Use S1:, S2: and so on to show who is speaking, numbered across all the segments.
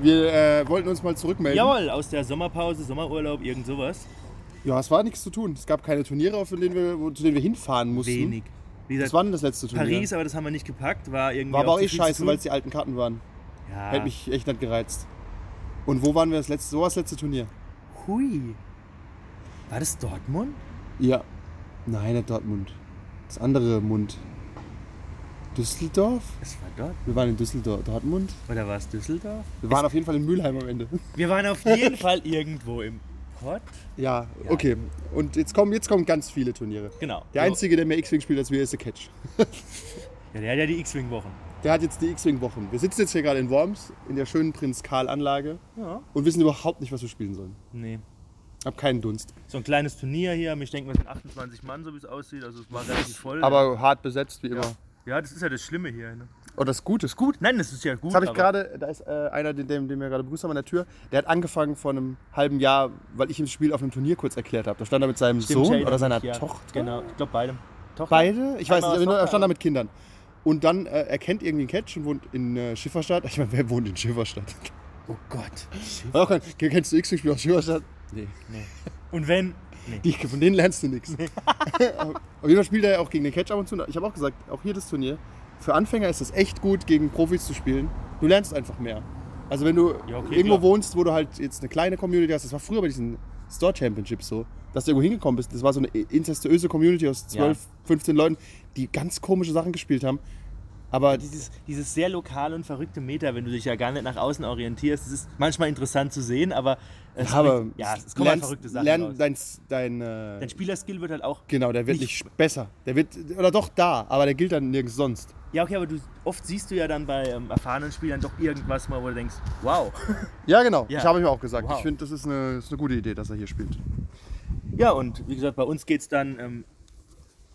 S1: Wir äh, wollten uns mal zurückmelden.
S2: Jawohl, aus der Sommerpause, Sommerurlaub, irgend sowas.
S1: Ja, es war nichts zu tun. Es gab keine Turniere, auf denen wir, wo, zu denen wir hinfahren mussten.
S2: Wenig. Wie
S1: Das
S2: gesagt,
S1: war denn das letzte Turnier?
S2: Paris, aber das haben wir nicht gepackt. War irgendwie.
S1: War aber
S2: auch
S1: auch
S2: zu
S1: eh
S2: viel zu
S1: scheiße,
S2: tun. Ah.
S1: weil es die alten Karten waren.
S2: Ja.
S1: Hätte mich echt nicht gereizt. Und wo waren wir das letzte? So war das letzte Turnier.
S2: Hui. War das Dortmund?
S1: Ja. Nein, nicht Dortmund. Das andere Mund. Düsseldorf?
S2: Es war dort.
S1: Wir waren in Düsseldorf. Dortmund?
S2: Oder war es Düsseldorf?
S1: Wir waren auf jeden Fall in Mülheim am Ende.
S2: Wir waren auf jeden Fall irgendwo im Pott.
S1: Ja,
S2: Ja.
S1: okay. Und jetzt kommen, jetzt kommen ganz viele Turniere.
S2: Genau.
S1: Der Einzige, der mehr X-Wing spielt als wir, ist der Catch.
S2: Ja, der hat ja die X-Wing-Wochen.
S1: Der hat jetzt die X-Wing-Wochen. Wir sitzen jetzt hier gerade in Worms, in der schönen Prinz Karl-Anlage
S2: Ja.
S1: und wissen überhaupt nicht, was wir spielen sollen.
S2: Nee.
S1: Hab keinen Dunst.
S2: So ein kleines Turnier hier. Ich denke, wir sind 28 Mann, so wie es aussieht. Also es war relativ voll.
S1: Aber hart besetzt, wie immer.
S2: ja, das ist ja das Schlimme hier. Ne?
S1: Oh, das Gute ist gut.
S2: Nein, das ist ja gut.
S1: Das habe ich
S2: aber-
S1: gerade, da ist äh, einer, den, den, den wir gerade begrüßt haben an der Tür, der hat angefangen vor einem halben Jahr, weil ich ihm das Spiel auf einem Turnier kurz erklärt habe. Da stand er mit seinem
S2: Stimmt,
S1: Sohn
S2: ja,
S1: oder seiner
S2: ja.
S1: Tochter.
S2: Genau, ich glaube beide. Tochter.
S1: Beide? Ich weiß
S2: Einmal
S1: nicht, aber
S2: Tochter,
S1: er stand da
S2: ja.
S1: mit Kindern. Und dann äh, erkennt irgendwie einen Catch und wohnt in äh, Schifferstadt. Ich meine, wer wohnt in Schifferstadt?
S2: Oh Gott.
S1: Auch kein, kennst du X-Wing-Spiel aus Schifferstadt? Nee.
S2: Und wenn. Nee.
S1: Die, von denen lernst du nichts. Auf jeden Fall spielt er ja auch gegen den Catch ab und zu. Ich habe auch gesagt, auch hier das Turnier. Für Anfänger ist es echt gut, gegen Profis zu spielen. Du lernst einfach mehr. Also wenn du
S2: Ja, okay,
S1: irgendwo
S2: klar.
S1: wohnst, wo du halt jetzt eine kleine Community hast, das war früher bei diesen Store Championships so, dass du irgendwo hingekommen bist. Das war so eine incestuöse Community aus 12, 15 Leuten, die ganz komische Sachen gespielt haben. Aber
S2: Dieses, dieses sehr lokale und verrückte Meta, wenn du dich ja gar nicht nach außen orientierst, das ist manchmal interessant zu sehen, aber es,
S1: Ja, aber
S2: bringt- ja, es kommen halt verrückte Sachen
S1: lern,
S2: raus.
S1: dein, dein, äh,
S2: Dein Spielerskill wird halt auch.
S1: genau, der wird
S2: nicht-
S1: nicht, besser. Der wird, oder doch da, aber der gilt dann nirgends sonst.
S2: Ja, okay, aber du oft siehst du ja dann bei ähm, erfahrenen Spielern doch irgendwas mal, wo du denkst, wow.
S1: Ja, genau.
S2: Ja.
S1: Ich habe ihm auch gesagt.
S2: Wow.
S1: Ich finde, das ist eine, ist eine gute Idee, dass er hier spielt.
S2: Ja, und wie gesagt, bei uns geht's dann ähm,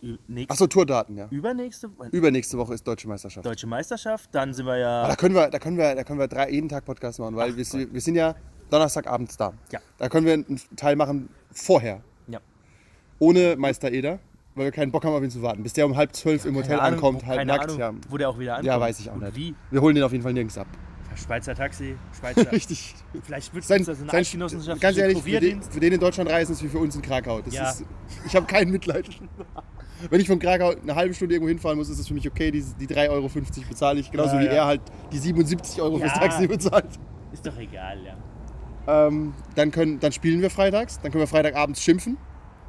S2: ü- nächst,
S1: Achso, Tourdaten, ja.
S2: übernächste äh,
S1: Übernächste Woche ist Deutsche Meisterschaft.
S2: deutsche Meisterschaft, dann sind wir ja.
S1: Aber da können wir, da können wir, da können wir drei, jeden Tag Podcast machen, weil wir, wir sind ja Donnerstagabends da.
S2: Ja.
S1: Da können wir einen Teil machen vorher,
S2: ja.
S1: ohne Meister Eder, weil wir keinen Bock haben, auf ihn zu warten. Bis der um halb zwölf im Hotel
S2: Keine Ahnung,
S1: ankommt,
S2: wo-
S1: halb
S2: keine
S1: nackt.
S2: Ahnung,
S1: Ja.
S2: Wo der auch wieder ankommt.
S1: ja, weiß ich auch
S2: Und
S1: nicht.
S2: Wie?
S1: Wir holen den auf jeden Fall nirgends ab.
S2: Schweizer Taxi, Schweizer.
S1: Richtig.
S2: Vielleicht wird es
S1: Sein,
S2: also eine
S1: sein,
S2: Eidgenossenschaft.
S1: ganz ehrlich, für den, für den in Deutschland reisen ist wie für uns in Krakau. Das
S2: Ja.
S1: ist, ich habe kein Mitleid. Wenn ich von Krakau eine halbe Stunde irgendwo hinfahren muss, ist es für mich okay. Die, die 3,50 Euro bezahle ich, genauso
S2: Ja,
S1: wie
S2: ja.
S1: er halt die 77 Euro fürs
S2: Ja.
S1: Taxi bezahlt.
S2: Ist doch egal, ja.
S1: Ähm, dann, können, dann spielen wir freitags, dann können wir Freitagabends schimpfen.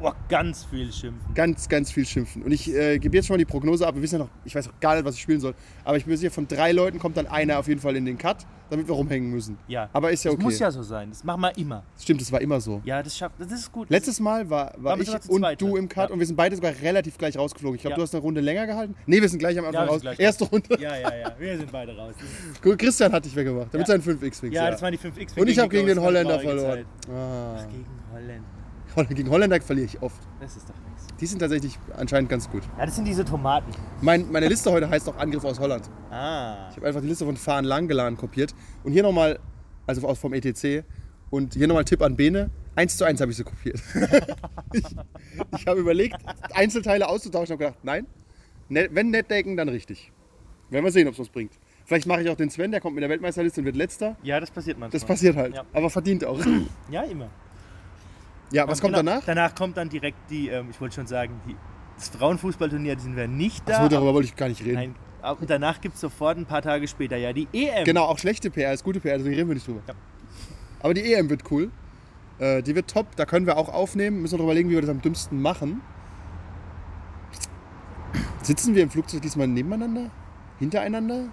S2: Boah, ganz viel schimpfen.
S1: Ganz, ganz viel schimpfen. Und ich äh, gebe jetzt schon mal die Prognose ab. Wir wissen ja noch, ich weiß auch gar nicht, was ich spielen soll. Aber ich bin mir sicher, von drei Leuten kommt dann einer auf jeden Fall in den Cut, damit wir rumhängen müssen.
S2: Ja.
S1: Aber ist ja okay.
S2: Das muss ja so sein. Das machen wir immer.
S1: Stimmt, das war immer so.
S2: Ja, das schafft. Das ist gut.
S1: Letztes Mal war, war
S2: Waren wir
S1: ich
S2: sogar zu
S1: und
S2: zweit,
S1: du
S2: ne?
S1: im Cut
S2: Ja.
S1: und wir sind beide sogar relativ gleich rausgeflogen. Ich glaube,
S2: Ja.
S1: du hast eine Runde länger gehalten. Nee, wir sind gleich am Anfang
S2: wir sind
S1: raus.
S2: gleich.
S1: Erste Runde.
S2: Ja, ja, ja. Wir sind beide raus. Das ist-
S1: Gut, Christian hat dich weggemacht. Damit
S2: Ja.
S1: sein 5 x wings
S2: Ja, das waren die 5 x
S1: Und ich habe gegen den
S2: Ghost,
S1: Holländer
S2: ganz traurige
S1: verloren. Ah.
S2: Zeit. Gegen Holländer.
S1: Gegen Holländer verliere ich oft.
S2: Das ist doch nichts.
S1: Die sind tatsächlich anscheinend ganz gut.
S2: Ja, das sind diese Tomaten.
S1: Mein, meine Liste heute heißt auch Angriff aus Holland.
S2: Ah.
S1: Ich habe einfach die Liste von Fahren Langelan kopiert. Und hier nochmal, also aus vom ETC, und hier nochmal Tipp an Bene. Eins zu eins habe ich sie kopiert. ich ich habe überlegt, Einzelteile auszutauschen und habe gedacht, nein, ne, wenn nett denken, dann richtig. Werden wir sehen, ob es was bringt. Vielleicht mache ich auch den Sven, der kommt mit der Weltmeisterliste und wird letzter.
S2: Ja, das passiert manchmal.
S1: Das passiert halt,
S2: Ja.
S1: aber verdient auch.
S2: Ja, immer.
S1: Ja, was kommt
S2: Genau.
S1: danach?
S2: Danach kommt dann direkt die, ähm, ich wollte schon sagen, die, das Frauenfußballturnier, die sind wir nicht da.
S1: Achso, darüber wollte ich gar nicht reden.
S2: Nein, ab- und danach gibt es sofort ein paar Tage später ja die E EM.
S1: Genau, auch schlechte PR ist gute PR, deswegen reden wir nicht drüber.
S2: Ja.
S1: Aber die EM wird cool. Äh, die wird top, da können wir auch aufnehmen. Müssen wir noch überlegen, wie wir das am dümmsten machen. Sitzen wir im Flugzeug diesmal nebeneinander? Hintereinander?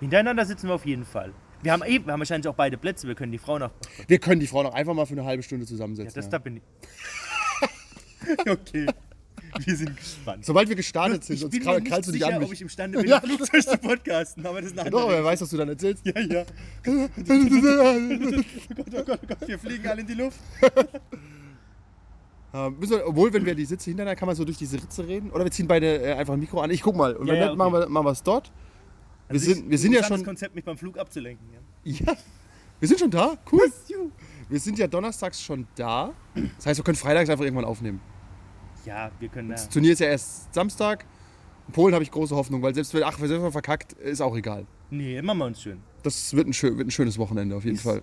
S2: Hintereinander sitzen wir auf jeden Fall. Wir haben, eh, wir haben wahrscheinlich auch beide Plätze, wir können die Frau noch. Ja,
S1: Wir können die Frauen auch einfach mal für eine halbe Stunde
S2: das
S1: zusammensetzen.
S2: da bin ich. okay. Wir sind gespannt.
S1: Sobald wir gestartet sind, sonst
S2: ich bin
S1: kra-
S2: mir nicht
S1: krallst du dich
S2: sicher,
S1: an
S2: ob
S1: mich.
S2: ich imstande bin,
S1: Ja. Genau,
S2: ja. Flugzeug zu podcasten, aber das ist eine
S1: Doch,
S2: andere.
S1: wer weiß, was du dann erzählst.
S2: Ja, ja.
S1: ähm,
S2: Oh Gott, oh Gott, wir fliegen alle in die Luft.
S1: Ähm, müssen wir, obwohl, wenn wir die Sitze hintereinander, kann man so durch diese Ritze reden. Oder wir ziehen beide äh, einfach ein Mikro an. Ich guck mal. Und
S2: Ja,
S1: wenn
S2: ja,
S1: nicht, machen wir, machen wir es dort. Wir
S2: Also
S1: sind- wir sind ja
S2: interessantes
S1: schon-
S2: Konzept, mich beim Flug abzulenken. Ja.
S1: Ja. Wir sind schon da? Cool. Wir sind ja donnerstags schon da. Das heißt, wir können freitags einfach irgendwann aufnehmen.
S2: Ja, wir können
S1: Das
S2: ja.
S1: Turnier ist ja erst Samstag. In Polen habe ich große Hoffnung, weil selbst wenn, ach, selbst wenn man verkackt, ist auch egal.
S2: Nee, machen wir uns schön.
S1: Das wird ein, schön, wird ein schönes Wochenende auf jeden Fall.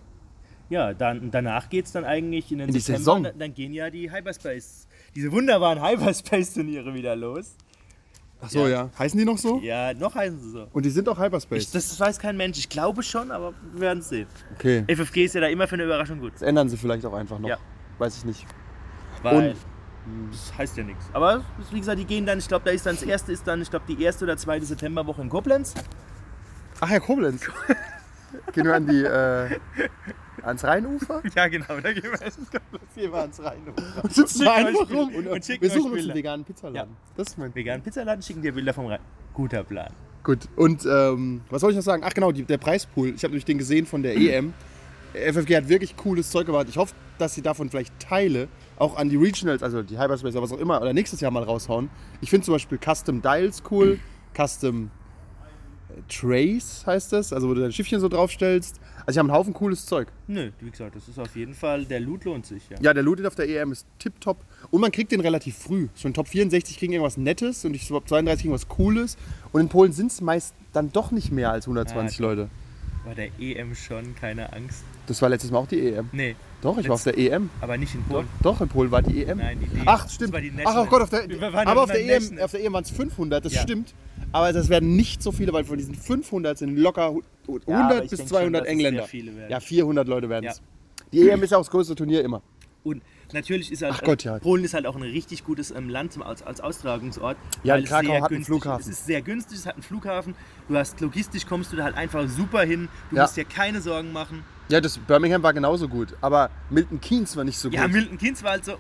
S2: Ja, dann, danach geht es dann eigentlich in den
S1: In die
S2: September.
S1: Saison.
S2: Dann, dann gehen ja die Hyperspace, diese wunderbaren Hyperspace-Turniere wieder los.
S1: Ach so, ja. Heißen die noch so?
S2: Ja, noch heißen sie so.
S1: Und die sind auch
S2: Ich,
S1: Hyperspace.
S2: das weiß kein Mensch. Ich glaube schon, aber wir werden es sehen.
S1: Okay.
S2: FFG ist ja da immer für eine Überraschung gut.
S1: Das ändern sie vielleicht auch einfach noch.
S2: Ja.
S1: Weiß ich nicht.
S2: Weil
S1: Und-
S2: das heißt ja nichts. Aber wie gesagt, die gehen dann, ich glaube, da ist dann das erste, ist dann, ich glaube, die erste oder zweite Septemberwoche in Koblenz.
S1: Ach ja, Koblenz. Gehen wir an die, äh, ans Rheinufer?
S2: Ja, genau, da gehen wir erst ans Rheinufer.
S1: Und sitzen
S2: Schickt
S1: da
S2: euch
S1: einfach
S2: Bilder.
S1: rum. Und,
S2: Und schickt
S1: wir
S2: euch
S1: suchen uns
S2: Bilder.
S1: einen veganen Pizzaladen. Das ist mein
S2: Veganen Pizzaladen schicken dir Bilder vom Rhein. Guter Plan.
S1: Gut, und ähm, was soll ich noch sagen? Ach genau, die, der Preispool. Ich habe nämlich den gesehen von der E EM. FFG hat wirklich cooles Zeug gemacht. Ich hoffe, dass sie davon vielleicht Teile auch an die Regionals, also die Hyperspace, aber was auch immer, oder nächstes Jahr mal raushauen. Ich finde zum Beispiel Custom Dials cool, Custom äh, Trays heißt das, also wo du dein Schiffchen so draufstellst. Also ich habe einen Haufen cooles Zeug.
S2: Nö, wie gesagt, das ist auf jeden Fall, der Loot lohnt sich, ja.
S1: Ja, der Loot auf der EM ist tipptopp. Und man kriegt den relativ früh. Schon Top 64 kriegen irgendwas Nettes und ich so ab 32 kriegen was Cooles. Und in Polen sind es meist dann doch nicht mehr als 120
S2: Ah,
S1: Leute.
S2: Bei der EM schon, keine Angst.
S1: Das war letztes Mal auch die EM.
S2: Nee,
S1: Doch, ich war auf der EM.
S2: aber nicht in Polen.
S1: Doch, in Polen war die E EM.
S2: Nein, die EM.
S1: Ach,
S2: Das
S1: stimmt.
S2: war die
S1: Ach,
S2: National.
S1: oh Gott, auf der,
S2: Wir waren
S1: aber auf
S2: in
S1: der,
S2: der
S1: EM,
S2: National.
S1: auf der EM waren es 500, das
S2: Ja.
S1: stimmt. Aber das werden nicht so viele, weil von diesen 500 sind locker hu- hu- 100
S2: aber ich
S1: bis
S2: denk
S1: 200
S2: schon, dass es
S1: Engländer.
S2: sehr viele werden.
S1: ja, 400 Leute werden es. Die EM ist ja auch das größte Turnier immer.
S2: Und natürlich ist halt,
S1: Ach Gott, ja.
S2: Polen ist halt auch ein richtig gutes ähm, Land zum, als, als Austragungsort.
S1: Ja,
S2: weil
S1: und
S2: es
S1: Krakau
S2: sehr
S1: hat einen
S2: günstig ist.
S1: Flughafen.
S2: Es ist sehr günstig, es hat einen Flughafen. Du hast logistisch, kommst du da halt einfach super hin. Du
S1: Ja.
S2: musst dir keine Sorgen machen.
S1: Ja, das Birmingham war genauso gut, aber Milton Keynes war nicht so gut.
S2: Ja, Milton Keynes war halt so.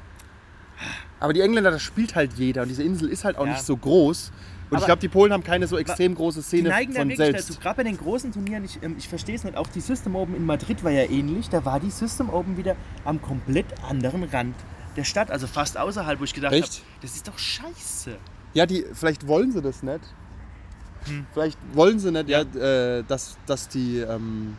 S1: aber die Engländer, das spielt halt jeder und diese Insel ist halt auch
S2: Ja.
S1: nicht so groß. Und ich
S2: Aber-
S1: glaube, die Polen haben keine so extrem große
S2: Die
S1: Szene
S2: neigen da
S1: von
S2: wirklich
S1: selbst.
S2: dazu. Gerade bei den großen Turnieren, ich, ähm, ich verstehe es nicht, auch die System Open in Madrid war ja ähnlich. Da war die System Open wieder am komplett anderen Rand der Stadt, also fast außerhalb, wo ich gedacht habe,
S1: Echt?
S2: das ist doch scheiße.
S1: Ja, die, vielleicht wollen sie das nicht.
S2: Hm.
S1: Vielleicht wollen sie nicht, ja. äh, dass, dass, die, ähm,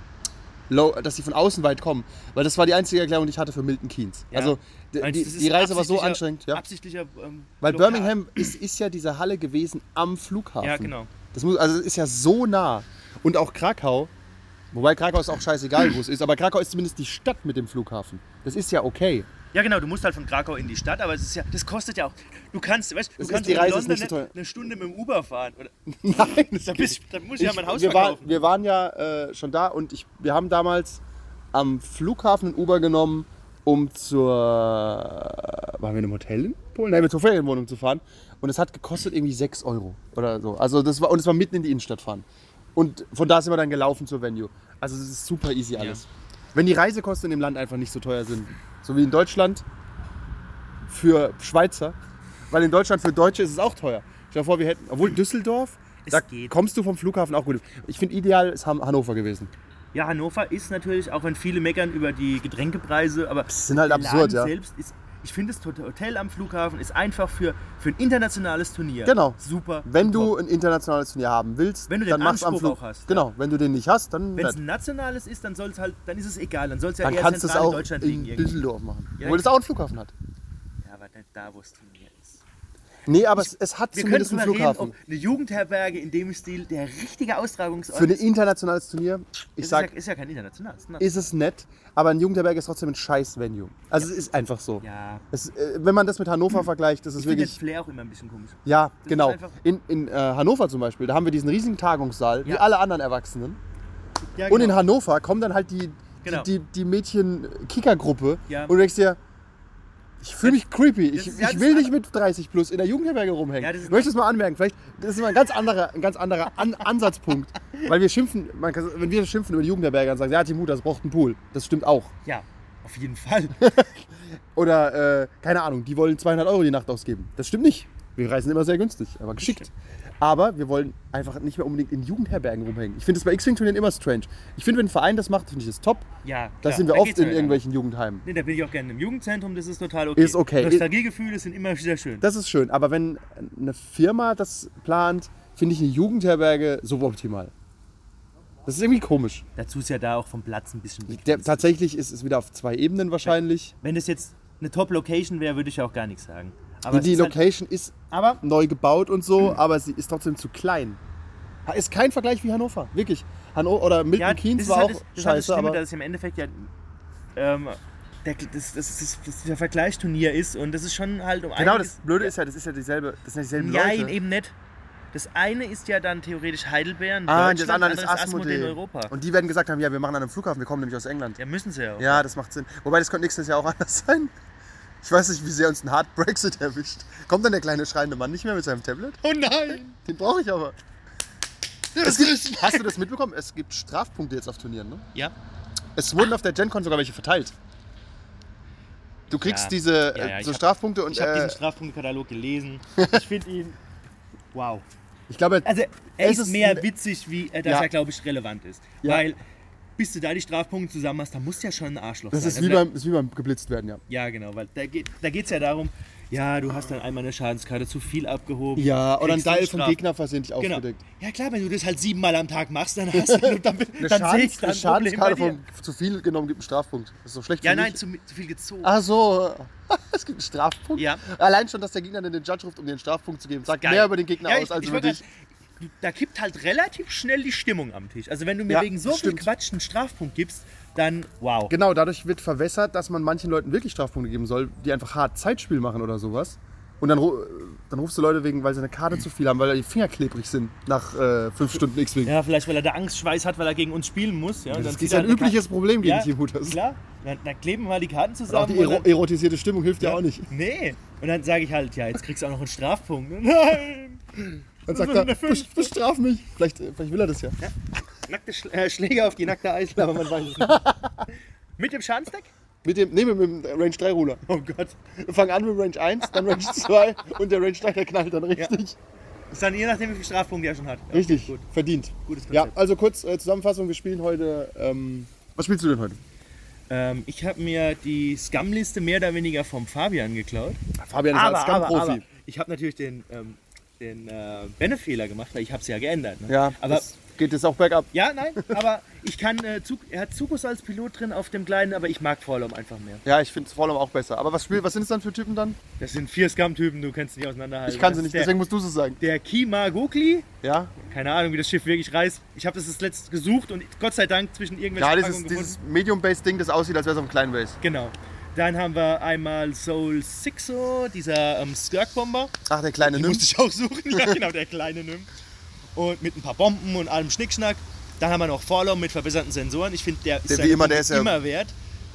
S1: low, dass die von außen weit kommen. Weil das war die einzige Erklärung, die ich hatte für Milton Keynes.
S2: Ja.
S1: Also die,
S2: Also
S1: die,
S2: das ist
S1: die Reise war so
S2: absichtlicher-
S1: anstrengend. Ja.
S2: Absichtlicher. Ähm,
S1: Weil
S2: Blockade.
S1: Birmingham ist, ist ja diese Halle gewesen am Flughafen.
S2: Ja, genau.
S1: Das muss, also es ist ja so nah. Und auch Krakau. Wobei Krakau ist auch scheißegal, wo es ist. Aber Krakau ist zumindest die Stadt mit dem Flughafen. Das ist ja okay.
S2: Ja, genau, du musst halt von Krakau in die Stadt, aber es ist ja, das kostet ja auch. Du kannst, weißt du,
S1: Das
S2: du
S1: ist-
S2: kannst
S1: die
S2: in
S1: Reise
S2: London
S1: ist nicht so
S2: eine-
S1: teuer.
S2: eine Stunde mit dem Uber fahren. Oder,
S1: Nein, das
S2: da, bist, da muss ich, ja mein Haus
S1: wir, waren,
S2: verkaufen.
S1: wir waren ja äh, schon da und ich, wir haben damals am Flughafen einen Uber genommen, um zur. Waren wir in einem Hotel in Polen? Nein, wir zur Ferienwohnung zu fahren. Und es hat gekostet irgendwie 6 Euro oder so. Also das war, und es war mitten in die Innenstadt fahren. Und von da sind wir dann gelaufen zur Venue. Also es ist super easy alles. Wenn die Reisekosten in dem Land einfach nicht so teuer sind, so wie in Deutschland für Schweizer, weil in Deutschland für Deutsche ist es auch teuer. Stell dir vor, wir hätten, obwohl Düsseldorf,
S2: Es
S1: da
S2: geht.
S1: kommst du vom Flughafen auch gut. Ich finde ideal ist Han- Hannover gewesen.
S2: Ja, Hannover ist natürlich, auch wenn viele meckern über die Getränkepreise, aber das
S1: sind halt absurd, ja.
S2: selbst ist. Ich finde, das Hotel am Flughafen ist einfach für, für ein internationales Turnier.
S1: Genau.
S2: Super.
S1: Wenn
S2: und
S1: du
S2: top.
S1: ein internationales Turnier haben willst,
S2: Wenn du den
S1: dann machst du am
S2: Anspruch
S1: Flug.
S2: auch hast, ja.
S1: Genau, wenn du den nicht hast, dann,
S2: Wenn es
S1: nicht.
S2: ein nationales ist, dann soll's halt, dann ist es egal. Dann soll es ja
S1: dann
S2: eher
S1: kannst du es
S2: zentral in
S1: auch
S2: Deutschland
S1: in
S2: liegen. irgendwie.
S1: Düsseldorf machen.
S2: Ja, genau.
S1: obwohl es auch einen Flughafen hat.
S2: Ja, aber nicht da, wo es Turnier ist.
S1: Nee, aber es, es hat
S2: Wir können
S1: zumindest einen
S2: drüber reden,
S1: Flughafen.
S2: ob eine Jugendherberge in dem Stil der richtige Austragungsort
S1: Für ein internationales Turnier, ich
S2: ist,
S1: sag,
S2: ja, ist ja kein internationales. Ne?
S1: ist es nett, aber ein Jugendherberge ist trotzdem ein scheiß Venue. Also es ist einfach so.
S2: ja.
S1: Es, äh, wenn man das mit Hannover vergleicht, das ist
S2: Hm. Ich finde den
S1: wirklich.
S2: Flair auch immer ein bisschen komisch.
S1: Ja,
S2: ist
S1: genau.
S2: einfach-
S1: In, in äh, Hannover zum Beispiel, da haben wir diesen riesigen Tagungssaal, wie
S2: Ja.
S1: alle anderen Erwachsenen.
S2: Ja,
S1: Und in Hannover kommen dann halt die,
S2: Genau.
S1: die, die, die Mädchen-Kicker-Gruppe
S2: Ja.
S1: und du denkst dir, ich fühle mich creepy. Ich,
S2: das ist- ja,
S1: ich
S2: das
S1: will
S2: ist
S1: nicht mit 30 plus in der Jugendherberge rumhängen.
S2: Ja, das ist-
S1: ich möchte es mal anmerken. Vielleicht das ist mal ein ganz anderer, ein ganz anderer An Ansatzpunkt. Weil wir schimpfen, man kann, wenn wir schimpfen über die Jugendherberge und sagen, ja, Timu, das braucht einen Pool. Das stimmt auch.
S2: ja, auf jeden Fall.
S1: Oder, äh, keine Ahnung, die wollen 200 Euro die Nacht ausgeben. Das stimmt nicht. Wir reisen immer sehr günstig, aber geschickt. Aber wir wollen einfach nicht mehr unbedingt in Jugendherbergen rumhängen. Ich finde das bei X-Wing-Turnieren immer strange. Ich finde, wenn ein Verein das macht, finde ich das top.
S2: Ja,
S1: Da
S2: klar,
S1: sind wir
S2: da
S1: oft
S2: geht's
S1: in
S2: mir
S1: irgendwelchen Jugendheimen.
S2: dann. Nee, da bin ich auch gerne im Jugendzentrum, das ist total okay.
S1: Ist okay.
S2: Nostalgiegefühle sind immer wieder schön.
S1: Das ist schön, aber wenn eine Firma das plant, finde ich eine Jugendherberge suboptimal. Das ist irgendwie komisch.
S2: Dazu ist ja da auch vom Platz ein bisschen
S1: Der,
S2: begrenzt.
S1: tatsächlich ist es wieder auf zwei Ebenen wahrscheinlich.
S2: Wenn das jetzt eine Top-Location wäre, würde ich ja auch gar nichts sagen.
S1: Die,
S2: Aber es
S1: die
S2: ist halt,
S1: Location ist
S2: aber Mhm.
S1: neu gebaut und so, aber sie ist trotzdem zu klein. Ha- Ist kein Vergleich wie Hannover, wirklich. Hannover oder Milton
S2: Ja, das
S1: Keynes
S2: ist
S1: war
S2: halt
S1: auch
S2: das,
S1: scheiße,
S2: das ist halt das Schlimme,
S1: aber
S2: dass es im Endeffekt ja ähm, der, das, das, das, das, das der Vergleichsturnier ist und das ist schon halt um
S3: Genau,
S2: einiges-
S3: das Blöde ist ja, das ist ja dieselbe, das sind ja dieselben
S2: Nein,
S3: Leute.
S2: eben nicht. Das eine ist ja dann theoretisch Heidelberg, in
S3: Ah, und das
S2: Deutschland,
S3: andere ist
S2: andere
S3: Asmodee.
S2: in Europa.
S3: Und die werden gesagt haben, ja, wir machen an einem Flughafen, wir kommen nämlich aus England.
S2: ja, müssen sie ja auch.
S3: Ja, das macht Sinn. Wobei, das könnte nächstes Jahr auch anders sein. Ich weiß nicht, wie sehr uns ein Hard Brexit erwischt. Kommt dann der kleine schreiende Mann nicht mehr mit seinem Tablet?
S1: Oh nein!
S3: Den brauche ich aber. Es gibt, hast du das mitbekommen? Es gibt Strafpunkte jetzt auf Turnieren, ne?
S2: Ja.
S3: Es wurden auf der GenCon sogar welche verteilt. Du kriegst
S2: Ja.
S3: diese
S2: Ja, ja,
S3: äh,
S2: ich
S3: so
S2: hab-
S3: Strafpunkte und
S2: Ich habe
S3: äh,
S2: diesen Strafpunktekatalog gelesen. Ich finde ihn. Wow.
S3: ich glaube,
S2: Also, er
S3: Es
S2: ist,
S3: ist
S2: mehr
S3: ein-
S2: witzig, wie äh, dass
S3: Ja.
S2: er, glaube ich, relevant ist.
S3: Ja.
S2: Weil, bis du da die Strafpunkte zusammen hast, da musst du ja schon ein Arschloch
S1: Das
S2: sein.
S1: ist wie beim, ist wie beim geblitzt werden, ja.
S2: Ja, genau, weil da geht es ja darum, ja, du hast dann einmal eine Schadenskarte zu viel abgehoben.
S1: Ja, oder ein
S2: kriegst du
S1: Teil vom
S2: Strafe.
S1: Gegner versehentlich
S2: Genau.
S1: aufgedeckt.
S2: Ja klar, wenn du das halt siebenmal am Tag machst, dann hast du dann, dann,
S3: eine, Schadens-
S2: dann sehe ich dann
S3: eine
S2: ein Problem bei
S3: Schadenskarte
S2: dir.
S3: von zu viel genommen gibt einen Strafpunkt. Das ist doch schlecht
S2: Ja,
S3: für
S2: nein,
S3: mich.
S2: zu, mi- zu viel gezogen.
S3: Ach so, es gibt einen Strafpunkt.
S2: Ja.
S3: Allein schon, dass der Gegner dann den Judge ruft, um dir einen Strafpunkt zu geben, sagt
S2: Geil.
S3: mehr über den Gegner
S2: Ja,
S3: aus als über
S2: wollt
S3: dich.
S2: grad- du- Da kippt halt relativ schnell die Stimmung am Tisch. Also wenn du mir
S3: Ja,
S2: wegen so viel
S3: stimmt.
S2: Quatsch einen Strafpunkt gibst, dann wow.
S3: Genau, dadurch wird verwässert, dass man manchen Leuten wirklich Strafpunkte geben soll, die einfach hart Zeitspiel machen oder sowas. Und dann, ru- dann rufst du Leute wegen, weil sie eine Karte zu viel haben, weil die Finger klebrig sind nach äh, fünf Stunden X-Wing.
S2: Ja, vielleicht weil er da Angstschweiß hat, weil er gegen uns spielen muss. Ja, und dann
S3: das
S2: zieht
S3: ist
S2: er halt
S3: ein
S2: eine Karte-
S3: übliches Problem gegen
S2: ja,
S3: Team Hooters.
S2: Klar, dann, dann kleben wir mal die Karten
S1: Auch
S2: zusammen.
S1: die
S2: und
S1: ero
S2: dann-
S1: erotisierte Stimmung hilft ja, auch nicht.
S2: Nee. Und dann sage ich halt, ja, jetzt kriegst du auch noch einen Strafpunkt. ne? Nein!
S1: Dann sagt er, "Bes- bestraf mich. Vielleicht, äh, vielleicht will er das ja.
S2: Nackte Schl äh, Schläge auf die nackte Eichel, aber man weiß es nicht. Mit dem Schadensdeck?
S1: Mit dem, nee, mit dem Range 3 Ruler.
S2: Oh Gott.
S1: Wir fangen an mit Range 1, dann Range 2 und der Range 3, der knallt dann richtig.
S2: Ist dann je nachdem, wie viel Strafpunkte er schon hat. Ja,
S1: Richtig,
S2: Gut.
S1: verdient.
S2: Gutes Konzept.
S1: Ja, also kurz äh, Zusammenfassung, wir spielen heute ähm,
S3: Was spielst du denn heute?
S2: Ähm, ich habe mir die Scum-Liste mehr oder weniger vom Fabian geklaut.
S1: Fabian ist als Scam-Profi.
S2: ich habe natürlich den, ähm, den äh, Benefehler gemacht, weil ich habe es ja geändert. Ne?
S3: Ja,
S2: aber
S3: das geht jetzt auch bergab.
S2: ja, nein, aber ich kann, äh, Zug, er hat Zukus als Pilot drin auf dem kleinen, aber ich mag Forlom einfach mehr.
S3: Ja, ich finde es vor allem auch besser. Aber was, spiel, was sind es dann für Typen dann?
S2: Das sind vier Scum-Typen, du kannst sie nicht auseinanderhalten.
S3: Ich kann sie
S2: Also Das
S3: nicht,
S2: ist Der,
S3: deswegen musst du es sagen.
S2: der Kima Gokli,
S3: Ja,
S2: keine Ahnung, wie das Schiff wirklich reist. Ich habe das das letzte gesucht und Gott sei Dank zwischen irgendwelchen
S3: ja das
S2: Packungen
S3: ist dieses Medium-Base-Ding, das aussieht, als wäre es auf einem kleinen Base.
S2: Genau. Dann haben wir einmal Soul Sixo, dieser ähm, Skirk-Bomber.
S3: Ach, der kleine
S2: Musste
S3: Nims.
S2: ich auch suchen. Ja, genau, der kleine Nym. Und mit ein paar Bomben und allem Schnickschnack. Dann haben wir noch Forlom mit verbesserten Sensoren. Ich finde, der ist
S3: Der wie
S2: seine
S3: immer, der
S2: Punkte
S3: ist ja-
S2: immer wert.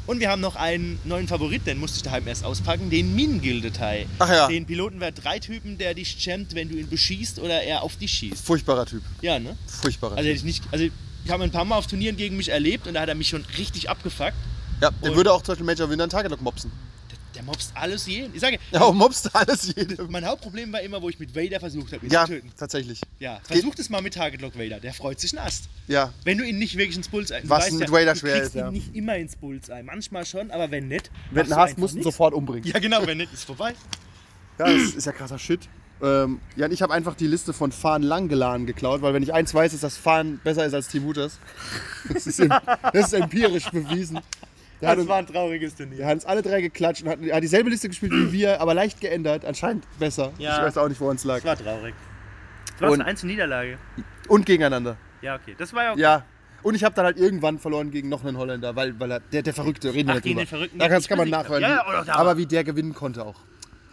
S2: Und wir haben noch einen neuen Favorit, den musste ich daheim erst auspacken, den Minengilde-Teil.
S3: Ach ja.
S2: Den Pilotenwert drei Typen, der dich jammt, wenn du ihn beschießt oder er auf dich schießt.
S3: Furchtbarer Typ.
S2: Ja, ne?
S3: Furchtbarer
S2: Also
S3: Typ.
S2: hätte ich nicht. Also ich habe ein paar Mal auf Turnieren gegen mich erlebt und da hat er mich schon richtig abgefuckt.
S3: Ja, der
S2: und-
S3: würde auch zum Beispiel Major Winter einen Tagelock mobsen.
S2: Der, der mobst alles jeden. Ich sage,
S3: Ja, und mobst alles jedem.
S2: mein Hauptproblem war immer, wo ich mit Vader versucht habe, ihn
S3: Ja,
S2: zu töten.
S3: tatsächlich.
S2: Ja, versuch es mal mit Target Lock Vader. Der freut sich einen Ast.
S3: Ja,
S2: Wenn du ihn nicht wirklich ins Bullseye du
S3: Was
S2: weißt
S3: mit
S2: ja,
S3: Vader
S2: du
S3: schwer
S2: kriegst
S3: ist,
S2: ihn
S3: ja.
S2: nicht immer ins Bullseye. Manchmal schon, aber wenn nicht.
S1: Wenn du
S2: machst du
S1: hast,
S2: einfach
S1: musst du ihn
S2: nichts.
S1: sofort umbringen.
S2: Ja, genau, wenn nicht, ist vorbei.
S3: ja das
S1: Ist ja krasser Shit. Ähm, ja, und ich habe einfach die Liste von Fahren Langgelan geklaut, weil wenn ich eins weiß, ist, dass Fahren besser ist als Team Hooters. Das ist, em- das ist empirisch bewiesen. Der hat,
S2: Das
S1: uns,
S2: war ein trauriges Turnier.
S1: der hat uns alle drei geklatscht und hat, hat dieselbe Liste gespielt wie wir, aber leicht geändert. Anscheinend besser.
S2: Ja.
S1: Ich weiß auch nicht, woran es lag.
S2: Das war traurig. Das war
S3: Und-
S2: eine einzelne Niederlage.
S3: Und gegeneinander.
S2: Ja, okay. Das war ja.
S1: Ja. Und ich habe dann halt irgendwann verloren gegen noch einen Holländer, weil, weil er, der, der Verrückte, reden wir
S2: Ach,
S1: nicht
S2: gegen
S1: drüber.
S2: den Verrückten,
S1: da
S2: der
S1: kann, das
S2: nicht
S1: kann man
S2: besiegt hat.
S1: nachhören.
S2: Ja, ja, oder da-
S1: aber wie der gewinnen konnte auch.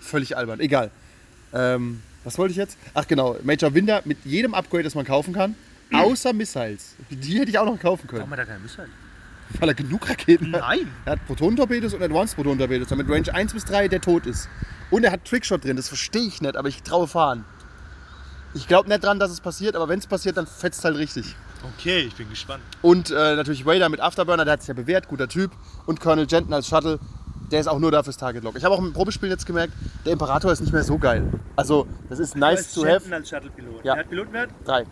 S1: Völlig albern, egal. Ähm, was wollte ich jetzt? Ach genau, Major Winder mit jedem Upgrade, das man kaufen kann, außer Missiles. Die hätte ich auch noch kaufen können,
S2: wir da keine Mischung?
S1: weil er genug Raketen hat.
S2: Nein!
S1: Er hat Protonentorpedos und Advanced Protonentorpedos, damit Range 1 bis 3 der tot ist. Und er hat Trickshot drin, das verstehe ich nicht, aber ich traue fahren. Ich glaube nicht dran, dass es passiert, aber wenn es passiert, dann fetzt halt richtig.
S2: Okay, ich bin gespannt.
S1: Und äh, natürlich Vader mit Afterburner, der hat sich ja bewährt, guter Typ. Und Colonel Jenton als Shuttle, der ist auch nur da fürs Target Lock. Ich habe auch im Probespiel jetzt gemerkt, der Imperator ist nicht mehr so geil. Also, das ist nice to have.
S2: als Shuttle-Pilot.
S1: Ja.
S2: Er hat Pilotenwert?
S1: Drei.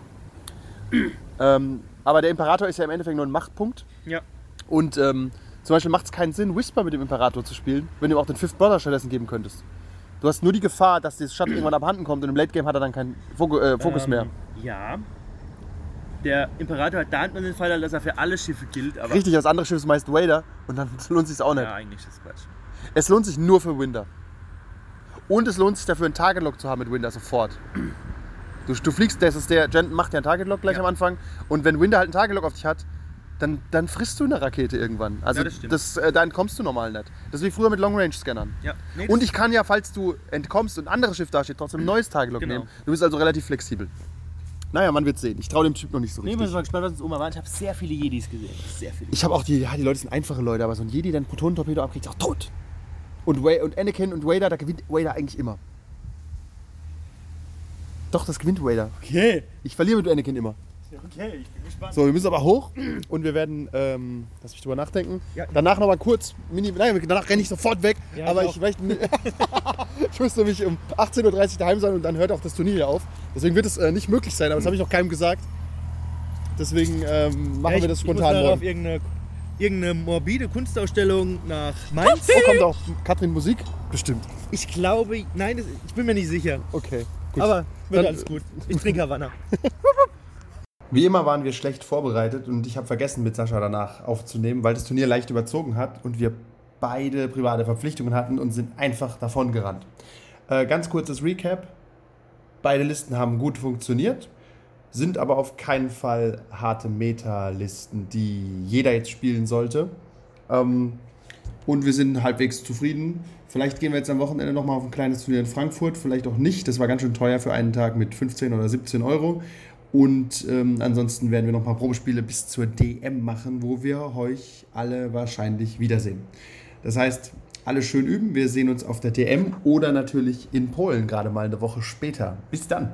S1: ähm, aber der Imperator ist ja im Endeffekt nur ein Machtpunkt.
S2: Ja.
S1: Und ähm, zum Beispiel macht es keinen Sinn, Whisper mit dem Imperator zu spielen, wenn du auch den Fifth Brother stattdessen geben könntest. Du hast nur die Gefahr, dass das Shuttle irgendwann abhanden kommt und im Late Game hat er dann keinen Fokus, äh, Fokus mehr.
S2: Ähm, Ja. Der Imperator hat da hat man den Fall, dass er für alle Schiffe gilt, aber.
S1: Richtig, das andere Schiff ist meist Vader und dann lohnt sich auch nicht.
S2: Ja, eigentlich ist das Quatsch.
S1: Es lohnt sich nur für Winder. Und es lohnt sich dafür, einen Target-Lock zu haben mit Winder sofort.
S3: Du, du fliegst, das ist der, Jen macht ja einen Target-Lock gleich
S2: Ja.
S3: am Anfang. Und wenn Winder halt einen Target-Lock auf dich hat, dann, dann frisst du eine Rakete irgendwann. Also
S2: Ja, das stimmt.
S3: äh, da entkommst du normal nicht. Das ist wie früher mit Long-Range-Scannern.
S2: Ja. Nee, das-
S3: und ich kann ja, falls du entkommst und ein anderes Schiff dasteht, trotzdem ein neues Target-Lock
S2: Genau.
S3: nehmen. Du bist also relativ flexibel. Naja, man wird sehen. Ich traue dem Typ noch nicht so
S2: Nee,
S3: richtig.
S2: wir sind mal gespannt, was uns Oma war. Ich habe sehr viele Jedis gesehen. Sehr viele.
S3: Ich habe auch die, ja, die Leute sind einfache Leute, aber so ein Jedi, der einen Protonentorpedo abkriegt, ist auch tot. Und, Wa und Anakin und Vader, da gewinnt Vader eigentlich immer. Doch, das gewinnt Vader.
S2: Okay.
S3: Ich verliere mit Anakin immer.
S2: Okay, ich bin gespannt.
S3: So, wir müssen aber hoch und wir werden, ähm, lass mich drüber nachdenken.
S2: Ja.
S3: Danach nochmal kurz, mini, nein, danach renne ich sofort weg,
S2: Ja,
S3: aber
S2: ich
S3: ich, möchte, ich muss nämlich um 18.30 Uhr daheim sein und dann hört auch das Turnier hier auf. Deswegen wird es äh, nicht möglich sein, aber das habe ich noch keinem gesagt. Deswegen ähm, machen
S2: Ja, ich,
S3: wir das
S2: ich
S3: spontan
S2: muss noch auf
S3: morgen.
S2: irgendeine, irgendeine morbide Kunstausstellung nach Mainz.
S3: Oh, kommt auch Katrin Musik? Bestimmt.
S2: Ich glaube, nein, das, ich bin mir nicht sicher.
S3: Okay, gut.
S2: Aber wird
S3: Dann-
S2: alles gut. Ich trinke Havanna.
S1: Wie immer waren wir schlecht vorbereitet und ich habe vergessen, mit Sascha danach aufzunehmen, weil das Turnier leicht überzogen hat und wir beide private Verpflichtungen hatten und sind einfach davon gerannt. Äh, ganz kurzes Recap. Beide Listen haben gut funktioniert, sind aber auf keinen Fall harte Meta-Listen, die jeder jetzt spielen sollte. Ähm, und wir sind halbwegs zufrieden. Vielleicht gehen wir jetzt am Wochenende nochmal auf ein kleines Turnier in Frankfurt, vielleicht auch nicht. Das war ganz schön teuer für einen Tag mit 15 oder 17 Euro. Und ähm, ansonsten werden wir noch ein paar Probespiele bis zur DM machen, wo wir euch alle wahrscheinlich wiedersehen. Das heißt, alle schön üben. Wir sehen uns auf der DM oder natürlich in Polen gerade mal eine Woche später. Bis dann.